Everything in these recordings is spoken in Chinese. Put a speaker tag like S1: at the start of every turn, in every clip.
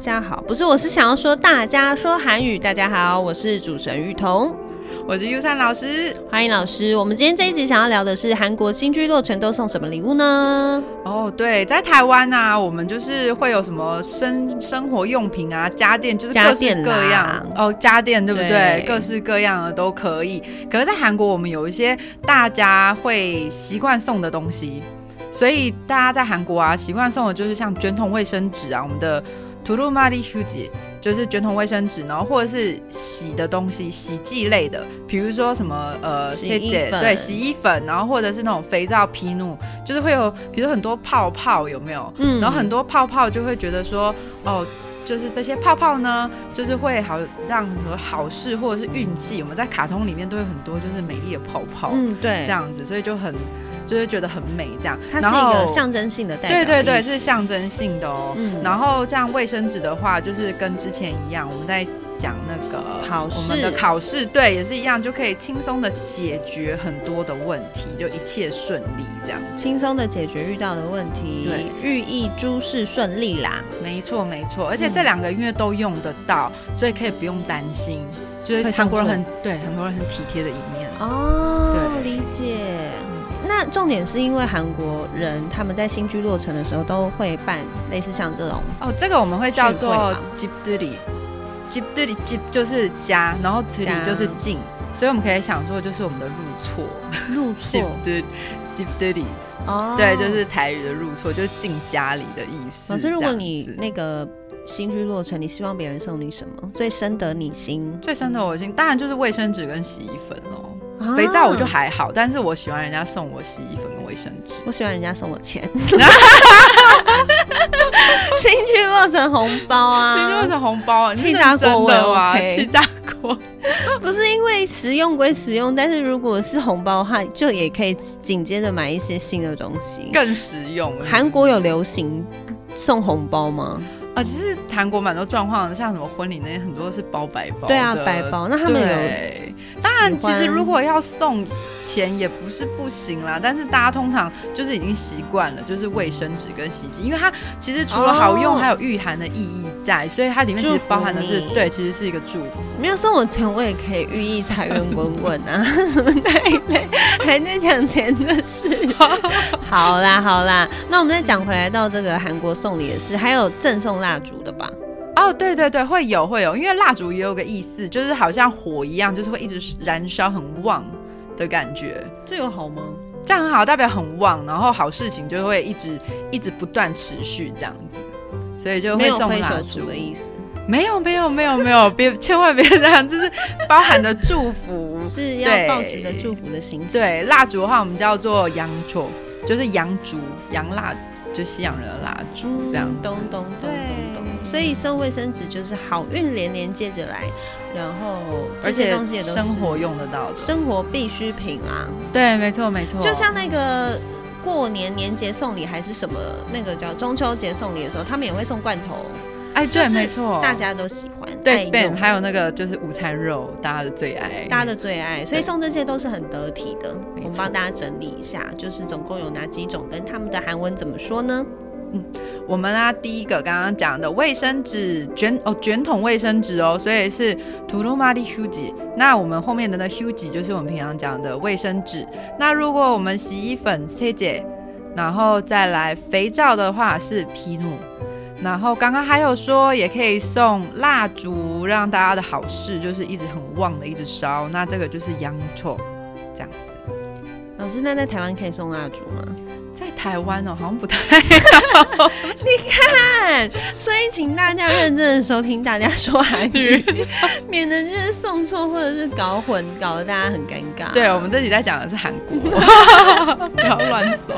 S1: 家好，不是，我是想要说大家说韩语。大家好，我是主持人玉彤，
S2: 我是 U 三老师。
S1: 欢迎老师。我们今天这一集想要聊的是韩国新居落成都送什么礼物呢？
S2: 哦、对，在台湾呐、啊，我们就是会有什么生生活用品啊、家电，就是
S1: 家
S2: 各式
S1: 电
S2: 各
S1: 啦
S2: 样哦，家电对不对？
S1: 对
S2: 各式各样的都可以。可是，在韩国，我们有一些大家会习惯送的东西，所以大家在韩国啊，习惯送的就是像卷筒卫生纸啊，我们的 t u r u m a r i h u j i 就是卷筒卫生纸，然后或者是洗的东西、洗剂类的，比如说什么呃，
S1: 洗衣
S2: 세제
S1: 粉
S2: 对，洗衣粉，然后或者是那种肥皂、皮努，就是会有，比如说很多泡泡，有没有？
S1: 嗯
S2: 然后很多泡泡就会觉得说，哦，就是这些泡泡呢，就是会好让很多好事或者是运气。我们在卡通里面都有很多就是美丽的泡泡，
S1: 嗯，对
S2: 这，样子，所以就很就是觉得很美这样。
S1: 它是
S2: 然后
S1: 一个象征性的代表
S2: 对对
S1: 的
S2: 对，
S1: 意思
S2: 是象征性的哦。
S1: 嗯
S2: 然后像卫生纸的话，就是跟之前一样，我们在讲那个
S1: 考试
S2: 我们的考试，对，也是一样，就可以轻松的解决很多的问题，就一切顺利这样。
S1: 轻松的解决遇到的问题
S2: 对，
S1: 寓意诸事顺利啦，
S2: 没错没错，而且
S1: 嗯
S2: 这两个音乐都用得到，所以可以不用担心。就是
S1: 会上
S2: 韩国人很对韩国人很体贴的一面。
S1: 哦，
S2: 对
S1: 理解。那重点是因为韩国人他们在新居落成的时候都会办类似像这种，
S2: 哦，这个我们会叫
S1: 聚会
S2: 做
S1: 嘛
S2: j i b d i r i j i b d i r i j i b 就是家，然后 d i
S1: 家
S2: r 就是进，所以我们可以想说就是我们的入错
S1: 入
S2: j i b d i j i b d i r i
S1: 哦，
S2: 对，就是台语的入错，就是进家里的意思。
S1: 老师，如
S2: 这
S1: 果
S2: 样
S1: 你
S2: 子
S1: 那个新居落成，你希望别人送你什么？最深得你心，
S2: 最深的我心，当然就是卫生纸跟洗衣粉哦。
S1: 啊
S2: 肥皂我就还好，但是我喜欢人家送我洗衣粉跟卫生纸。
S1: 我喜欢人家送我 钱。新居落成红包
S2: 这就
S1: 啊，
S2: 是红包啊，
S1: 气炸锅
S2: 真
S1: 我也
S2: 的哇，
S1: OK
S2: 气炸锅。
S1: 不是因为实用归实用，但是如果是红包的话，就也可以紧接着买一些新的东西。
S2: 更实用。
S1: 韩国有流行送红包吗？
S2: 啊，其实韩国蛮多状况的，像什么婚礼那些很多是包白包的。
S1: 对啊，百包。那他们有
S2: 对。当然，
S1: 喜
S2: 其
S1: 欢
S2: 实如果要送钱也不是不行啦，但是大家通常就是已经习惯了，就是卫生纸跟洗衣机，因为它其实除了好用，
S1: 哦
S2: 还有御寒的意义在，所以它里面其
S1: 祝
S2: 实
S1: 福
S2: 包含的是
S1: 你
S2: 对，其实是一个祝福。
S1: 没有送我钱，我也可以寓意财源滚滚啊， 什么那一类， 还在讲钱的事。 好啦好啦，那我们再讲回来到这个韩国送礼的事，还有赠送蜡烛的吧？
S2: 哦，对对对，会有会有，因为蜡烛也有个意思，就是好像火一样，就是会一直燃烧很旺的感觉，
S1: 这有好吗？
S2: 这样很好，代表很旺，然后好事情就会一直一直不断持续这样子，所以就
S1: 没
S2: 会
S1: 有
S2: 送
S1: 挥
S2: 蜡
S1: 手
S2: 烛
S1: 处。的意思，。
S2: 没有没有没有没有，别千万别这样，就是包含的祝福
S1: 是要
S2: 对
S1: 保持着祝福的心情。，
S2: 嗯对，蜡烛的话我们叫做洋烛，就是洋烛、洋蜡，就西洋人的蜡烛这样
S1: 嗯，
S2: 子。
S1: 咚咚咚咚咚。
S2: 对
S1: 所以送卫生纸就是好运连连接着来，然后这
S2: 而
S1: 些
S2: 且
S1: 东西也都是
S2: 生活用得到的，
S1: 生活必需品啊。
S2: 对，没错没错，
S1: 就像那个过年年节送礼还是什么那个叫中秋节送礼的时候，他们也会送罐头，
S2: 哎，对，
S1: 就是
S2: 没错，
S1: 大家都喜欢，
S2: 对
S1: 爱
S2: spam
S1: 用
S2: 还有那个就是午餐肉，大家的最爱。
S1: 大家的最爱，所以送这些都是很得体的。我
S2: 没错
S1: 们帮大家整理一下，就是总共有哪几种，跟他们的韩文怎么说呢？
S2: 我们啊，第一个刚刚讲的卫生纸卷哦，卷筒卫生纸哦，所以是 t u r u m a r i huji。那我们后面的呢 huji 就是我们平常讲的卫生纸。那如果我们洗衣粉 seje，然后再来肥皂的话是 pinu。然后刚刚还有说，也可以送蜡烛，让大家的好事就是一直很旺的一直烧。那这个就是 yang c h o 这样子。
S1: 老师，那在台湾可以送蜡烛吗？
S2: 在台湾哦，好像不太
S1: 看，所以请大家认真的收听大家说韩语， 免得就是送错或者是搞混，搞得大家很尴尬。
S2: 对，我们这集在讲的是韩国， 不要乱搜。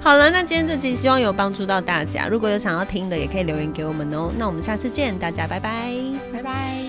S1: 好了，那今天这集希望有帮助到大家。如果有想要听的，也可以留言给我们哦。那我们下次见，大家拜拜。
S2: 拜拜。